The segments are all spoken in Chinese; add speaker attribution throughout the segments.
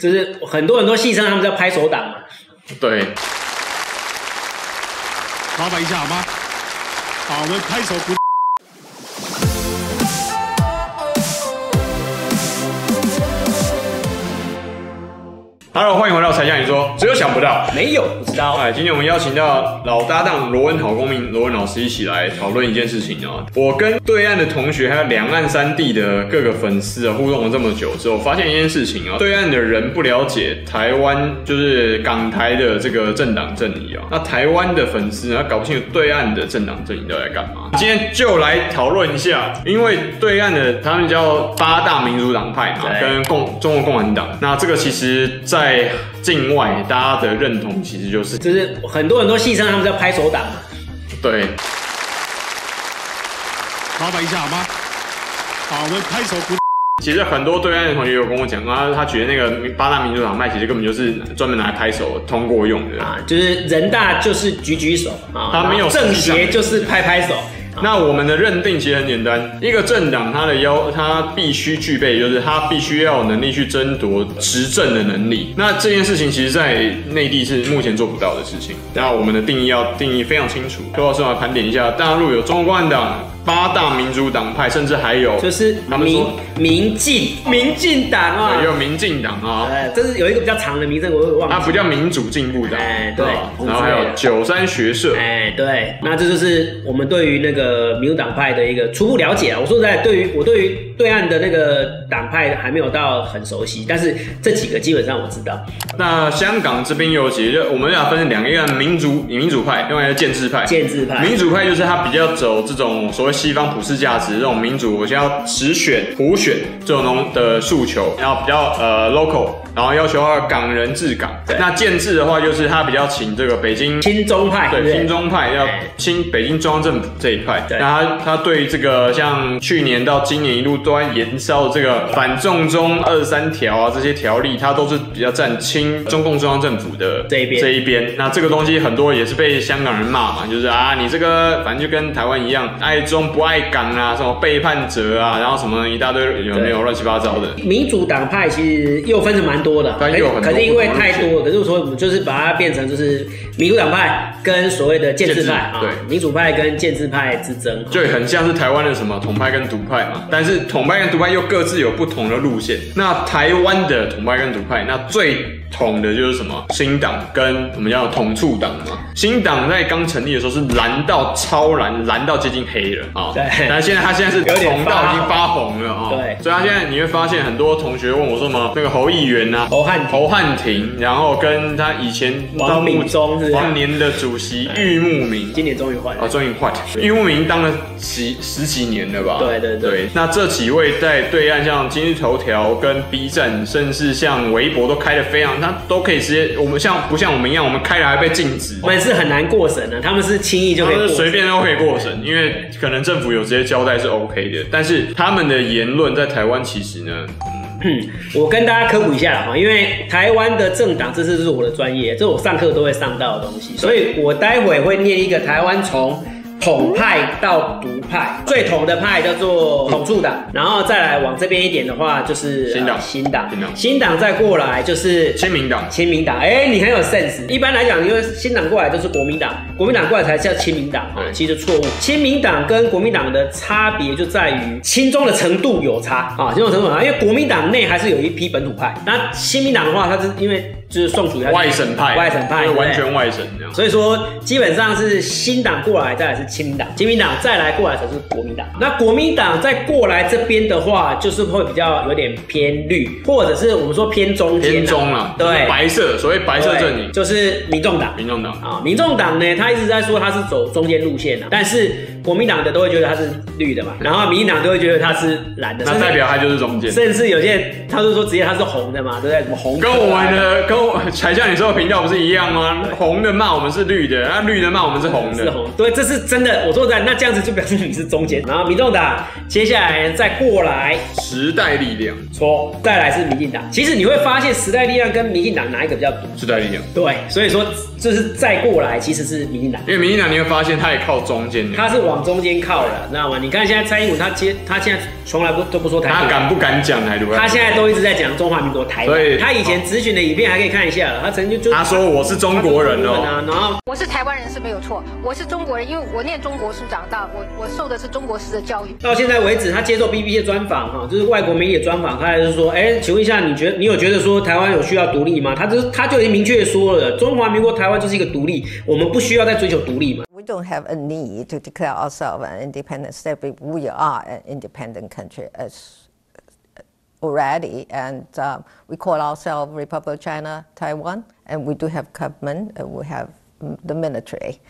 Speaker 1: 就是很多很多戏称他们叫拍手党嘛。
Speaker 2: 对，
Speaker 3: 麻烦一下好吗？好，我们拍手鼓。
Speaker 2: Hello，欢迎回到才向你说，只有想不到。
Speaker 1: 没有不知道，啊
Speaker 2: 哎，今天我们邀请到老搭档罗文好公民罗文老师一起来讨论一件事情哦。我跟对岸的同学还有两岸三地的各个粉丝啊互动了这么久之后，发现一件事情啊，对岸的人不了解台湾就是港台的这个政党阵营啊，那台湾的粉丝呢搞不清楚对岸的政党阵营到底在干嘛。今天就来讨论一下，因为对岸的他们叫八大民主党派嘛，
Speaker 1: 对
Speaker 2: 跟共中国共产党，那这个其实在境外大家的认同其实就是
Speaker 1: 就是很多很多戏称他们叫拍手党嘛。
Speaker 2: 对，
Speaker 3: 麻烦一下好吗？好，我们拍手鼓。
Speaker 2: 其实很多对岸的同学有跟我讲，啊他他觉得那个八大民主党派其实根本就是专门拿来拍手通过用的。
Speaker 1: 啊，就是人大就是举举手啊，
Speaker 2: 他没有
Speaker 1: 然后政
Speaker 2: 实际上
Speaker 1: 协就是拍拍手。
Speaker 2: 那我们的认定其实很简单，一个政党它的要它必须具备，就是它必须要有能力去争夺执政的能力。那这件事情其实，在内地是目前做不到的事情。那我们的定义要定义非常清楚。柯老师我来盘点一下，大陆有中国共产党、八大民主党派，甚至还有
Speaker 1: 就是
Speaker 2: 他们
Speaker 1: 民
Speaker 2: 说
Speaker 1: 民进民进党
Speaker 2: 对也
Speaker 1: 啊，
Speaker 2: 有民进党啊。
Speaker 1: 呃，这是有一个比较长的名称，我有忘
Speaker 2: 它
Speaker 1: 记。
Speaker 2: 不叫民主进步党，
Speaker 1: 哎对
Speaker 2: 啊然后还有九三学社，
Speaker 1: 哎，对，那这就是我们对于那个民主党派的一个初步了解啊。我说实在，对于我对于对岸的那个党派还没有到很熟悉，但是这几个基本上我知道。
Speaker 2: 那香港这边有几个，就我们俩分成两个，一个民主民主派，另外一个建制派。
Speaker 1: 建制派
Speaker 2: 民主派就是它比较走这种所谓西方普世价值这种民主，我想要直选、普选这种东的诉求，然后比较呃 local，然后要求要港人治港
Speaker 1: 对。
Speaker 2: 那建制的话，就是它比较请这个北京
Speaker 1: 亲中派，对不
Speaker 2: 对，
Speaker 1: 对
Speaker 2: 新中派要
Speaker 1: 哎
Speaker 2: 新北京中央政府这一派，
Speaker 1: 对
Speaker 2: 那他他对这个像去年到今年一路都在延烧这个反重中二三条啊这些条例，他都是比较站亲中共中央政府的
Speaker 1: 这一边
Speaker 2: 这一边。那这个东西很多也是被香港人骂嘛，就是啊你这个反正就跟台湾一样，爱中不爱港啊，什么背叛者啊，然后什么一大堆有没有乱七八糟的。
Speaker 1: 民主党派其实又分成蛮多的，
Speaker 2: 但又有很多
Speaker 1: 可是因为
Speaker 2: 不同的
Speaker 1: 太
Speaker 2: 路线
Speaker 1: 多，可是我说我们就是把它变成就是民主党派跟所谓的建制
Speaker 2: 建制
Speaker 1: 派啊，
Speaker 2: 对
Speaker 1: 民主派跟建制派之争，
Speaker 2: 就很像是台湾的什么统派跟独派嘛，但是统派跟独派又各自有不同的路线。那台湾的统派跟独派，那最统的就是什么新党跟我们叫统促党嘛。新党在刚成立的时候是蓝到超蓝，蓝到接近黑了 啊。
Speaker 1: 对
Speaker 2: 但现在他现在是
Speaker 1: 有点
Speaker 2: 红到已
Speaker 1: 发
Speaker 2: 经发红了 啊。
Speaker 1: 对
Speaker 2: 所以他现在你会发现很多同学问我说什么那个侯议员啊，
Speaker 1: 侯汉廷
Speaker 2: 侯汉廷，然后跟他以前
Speaker 1: 王
Speaker 2: 当
Speaker 1: 敏中是不是
Speaker 2: 当年的主席郁慕明。
Speaker 1: 今年终于换
Speaker 2: 啊，
Speaker 1: 了，
Speaker 2: 终于换郁慕明当了几十几年了吧？
Speaker 1: 对对对
Speaker 2: 那这几位在对岸，像今日头条、跟 B 站，甚至像微博都开的非常，他都可以直接，我们像不像我们一样，我们开了还被禁止
Speaker 1: 我，们是很难过审的，他们是轻易就
Speaker 2: 他
Speaker 1: 哦可以过审
Speaker 2: 们是随便都可以过审，因为可能政府有直接交代是 OK 的，但是他们的言论在台湾其实呢，
Speaker 1: 嗯，我跟大家科普一下哈，因为台湾的政党，这是是我的专业，这我上课都会上到的东西，所以我待会会念一个台湾从统派到独派，最统的派叫做统促党，然后再来往这边一点的话就是
Speaker 2: 嗯新党
Speaker 1: 呃新党
Speaker 2: 新，党
Speaker 1: 新党再过来就是
Speaker 2: 亲民党
Speaker 1: 亲民党，哎、你很有 sense。一般来讲，因为新党过来都是国民党，国民党过来才叫亲民党啊
Speaker 2: 对，
Speaker 1: 其实错误。亲民党跟国民党的差别就在于亲中的程度有差啊，亲中程度有差，因为国民党内还是有一批本土派，那亲民党的话，它是因为就是宋楚瑜它是
Speaker 2: 外省派，
Speaker 1: 外省派，对不
Speaker 2: 就是
Speaker 1: 对
Speaker 2: 完全外省这样。
Speaker 1: 所以说，基本上是新党过来，再来是亲民党，亲民党再来过来才是国民党。那国民党再过来这边的话，就是会比较有点偏绿，或者是我们说偏中间啊、
Speaker 2: 偏中了，就是
Speaker 1: 对，
Speaker 2: 白色，所谓白色阵营，
Speaker 1: 就是民众党。
Speaker 2: 民众党。
Speaker 1: 啊，民众党呢，他一直在说他是走中间路线的、啊但是国民党的都会觉得他是绿的嘛，然后民进党都会觉得他是蓝的，
Speaker 2: 那
Speaker 1: 甚至
Speaker 2: 代表他就是中间，
Speaker 1: 甚至有些人他就说直接他是红的嘛，对不对？什么红
Speaker 2: 跟
Speaker 1: 色啊
Speaker 2: 我们的跟我才像你说的频道不是一样吗？红的骂我们是绿的，那绿的骂我们是红
Speaker 1: 是
Speaker 2: 的。
Speaker 1: 红，对，这是真的。我说实在，那这样子就表示你是中间。然后民众党接下来再过来
Speaker 2: 时代力量，
Speaker 1: 说，再来是民进党。其实你会发现时代力量跟民进党哪一个比较多？
Speaker 2: 时代力量，
Speaker 1: 对，所以说就是再过来其实是民进党，
Speaker 2: 因为民进党你会发现他也靠中间的，
Speaker 1: 它是往往中间靠了，知道吗？你看现在蔡英文，他接他现在从来不都不说台
Speaker 2: 他
Speaker 1: 独，
Speaker 2: 敢不敢讲台独？
Speaker 1: 他现在都一直在讲中华民国台
Speaker 2: 所以
Speaker 1: 湾。他以前咨询的影片还可以看一下，他曾经就
Speaker 2: 他说我是中国人
Speaker 1: 他就是
Speaker 2: 哦
Speaker 1: 中国人啊然后
Speaker 4: 我是台湾人是没有错，我是中国人，因为我念中国书长大，我我受的是中国式的教育。
Speaker 1: 到现在为止，他接受 BBC 的专访哈，就是外国媒体的专访，他还是说，哎、请问一下，你觉你有觉得说台湾有需要独立吗？他就是他就已经明确说了，中华民国台湾就是一个独立，我们不需要再追求独立嘛。
Speaker 5: We don't have a need to declare ourselves an independent state. but We are an independent country as already, and um, we call ourselves Republic of China Taiwan, and we do have government, and we have mm, the military,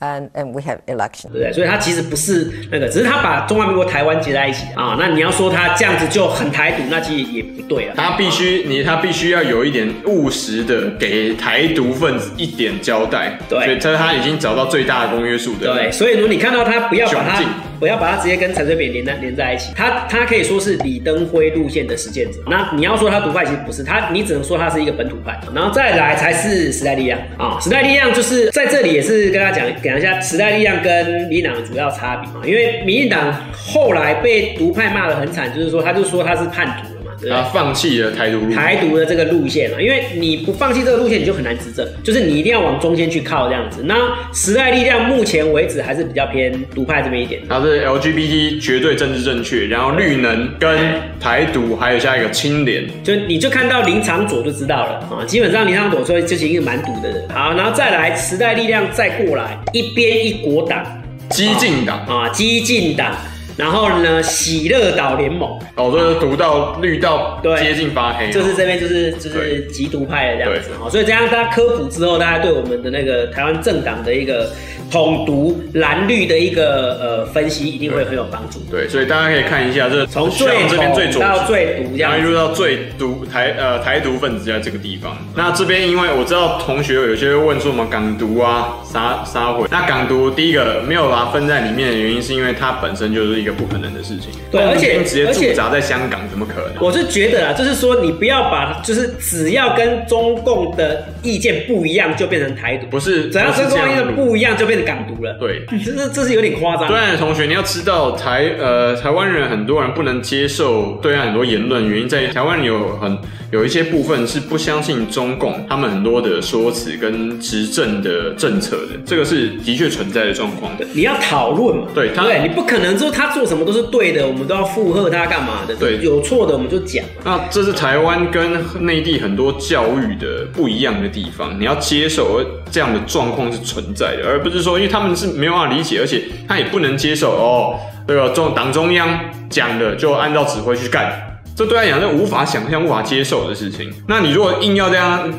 Speaker 5: and, and we have election.
Speaker 1: 对不对？所以他其实不是那个，只是他把中华民国台湾结在一起啊。那你要说他这样子就很台独，那其实也不对啊。
Speaker 2: 他必须你他必须要有一点务实的给台独分子一点交代，
Speaker 1: 对
Speaker 2: 所以他他已经找到最大的公约数的，
Speaker 1: 对，，所以呢，你看到他不要把
Speaker 2: 窘
Speaker 1: 他
Speaker 2: 境
Speaker 1: 不要把他直接跟陈水扁连在连在一起，他他可以说是李登辉路线的实践者。那你要说他独派，其实不是他，你只能说他是一个本土派。然后再来才是时代力量啊、时代力量就是在这里也是跟大家讲讲一下时代力量跟民进党的主要差别嘛，因为民进党后来被独派骂得很惨，就是说他就说他是叛徒了嘛，对不对
Speaker 2: 他？放弃了台独路，
Speaker 1: 台独的这个路线啊了，因为你不放弃这个路线，你就很难执政，就是你一定要往中间去靠这样子。那时代力量目前为止还是比较偏独派这边一点，
Speaker 2: 他是 LGBT 绝对政治正确，然后绿能跟台独，还有下一个清廉，
Speaker 1: 就你就看到林长佐就知道了啊。基本上林长佐就就是一个蛮独的人。好，然后再来时代力量再过来一边一国党
Speaker 2: 激进党，
Speaker 1: 啊，激进党，然后呢喜乐岛联盟，
Speaker 2: 哦，这是读到绿到
Speaker 1: 对
Speaker 2: 接近发黑，
Speaker 1: 就是这边就是就
Speaker 2: 对
Speaker 1: 是极独派的这样子哈，所以这样大家科普之后，大家对我们的那个台湾政党的一个统独蓝绿的一个呃分析，一定会很有帮助。
Speaker 2: 对，所以大家可以看一下这
Speaker 1: 从
Speaker 2: 像我
Speaker 1: 最
Speaker 2: 们这边最
Speaker 1: 统
Speaker 2: 左
Speaker 1: 到最独这
Speaker 2: 然后
Speaker 1: 样
Speaker 2: 一
Speaker 1: 子，
Speaker 2: 路到最独台呃台独分子在这个地方。那这边因为我知道同学有些会问说什么港独啊、杀杀回，那港独第一个没有把它分在里面的原因，是因为它本身就是一个不可能的事情。
Speaker 1: 对而且
Speaker 2: 共军直接
Speaker 1: 而且
Speaker 2: 驻扎在香港，怎么可能？
Speaker 1: 我是觉得啊，就是说你不要把，就是只要跟中共的意见不一样，就变成台独；
Speaker 2: 不是，
Speaker 1: 只要
Speaker 2: 不是
Speaker 1: 跟
Speaker 2: 这
Speaker 1: 中共意
Speaker 2: 样的
Speaker 1: 见
Speaker 2: 路。
Speaker 1: 不一样，就变成港独了。
Speaker 2: 对，
Speaker 1: 这是这是有点夸张。
Speaker 2: 对岸啊的同学，你要知道台呃台湾人很多人不能接受对岸很多言论，原因在于台湾有很有一些部分是不相信中共他们很多的说辞跟执政的政策的，这个是的确存在的状况。
Speaker 1: 你要讨论嘛，
Speaker 2: 对
Speaker 1: 对
Speaker 2: 他
Speaker 1: 不对，你不可能说他做什么都是对的，我们都要附和他干嘛的？
Speaker 2: 对
Speaker 1: 有错的我们就讲嘛。
Speaker 2: 那这是台湾跟内地很多教育的不一样的地方，你要接受这样的状况是存在的，而不是说因为他们是没有办法理解，而且他也不能接受哦，这个中党中央讲的就按照指挥去干，这对他来讲是无法想象、无法接受的事情。那你如果硬要这样，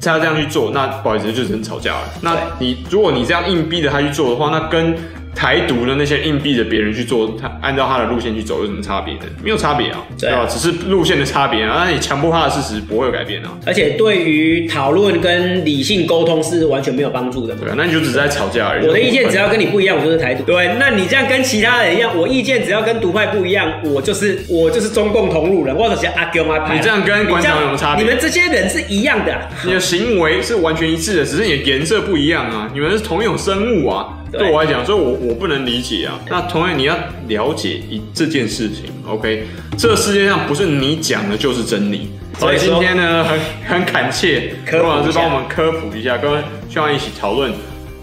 Speaker 2: 他这样去做，那不好意思，就只能吵架了。那你如果你这样硬逼着他去做的话，那跟台独的那些硬逼着别人去做，他按照他的路线去走有什么差别呢？没有差别啊，
Speaker 1: 对啊
Speaker 2: 吧？只是路线的差别啊。那你强迫他的事实不会有改变啊，
Speaker 1: 而且对于讨论跟理性沟通是完全没有帮助的嘛。
Speaker 2: 对啊，那你就只是在吵架而已。
Speaker 1: 我的意见只要跟你不一样，我就是台独。对，那你这样跟其他人一样，我意见只要跟独派不一样，我就是我就是中共同路人，或者是阿哥妈派。
Speaker 2: 你这样跟馆长有什么差别
Speaker 1: 你们这些人是一样的啊、
Speaker 2: 你的行为是完全一致的，只是你的颜色不一样啊。你们是同一种生物啊，
Speaker 1: 对
Speaker 2: 对我来讲，所以我我不能理解啊。那同样你要了解一这件事情，OK？这世界上不是你讲的就是真理。
Speaker 1: 所
Speaker 2: 所以
Speaker 1: 以
Speaker 2: 今
Speaker 1: 说
Speaker 2: 天呢，很很感谢
Speaker 1: 科普一下
Speaker 2: 罗老师帮我们科普一下，跟希望一起讨论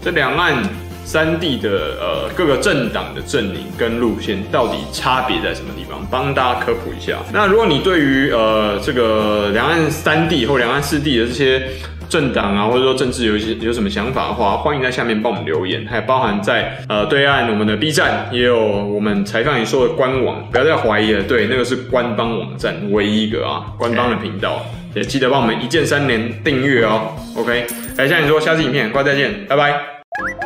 Speaker 2: 这两岸三地的呃各个政党的阵营跟路线到底差别在什么地方，帮大家科普一下。那如果你对于呃这个两岸三地或两岸四地的这些政党啊，或者说政治有一些有什么想法的话，欢迎在下面帮我们留言，还包含在呃对岸我们的 B 站也有我们采访你说的官网，不要再怀疑了，对，那个是官方网站唯一一个啊官方的频道，也记得帮我们一键三连订阅哦。OK，来，像你说，下次影片，快再见，拜拜。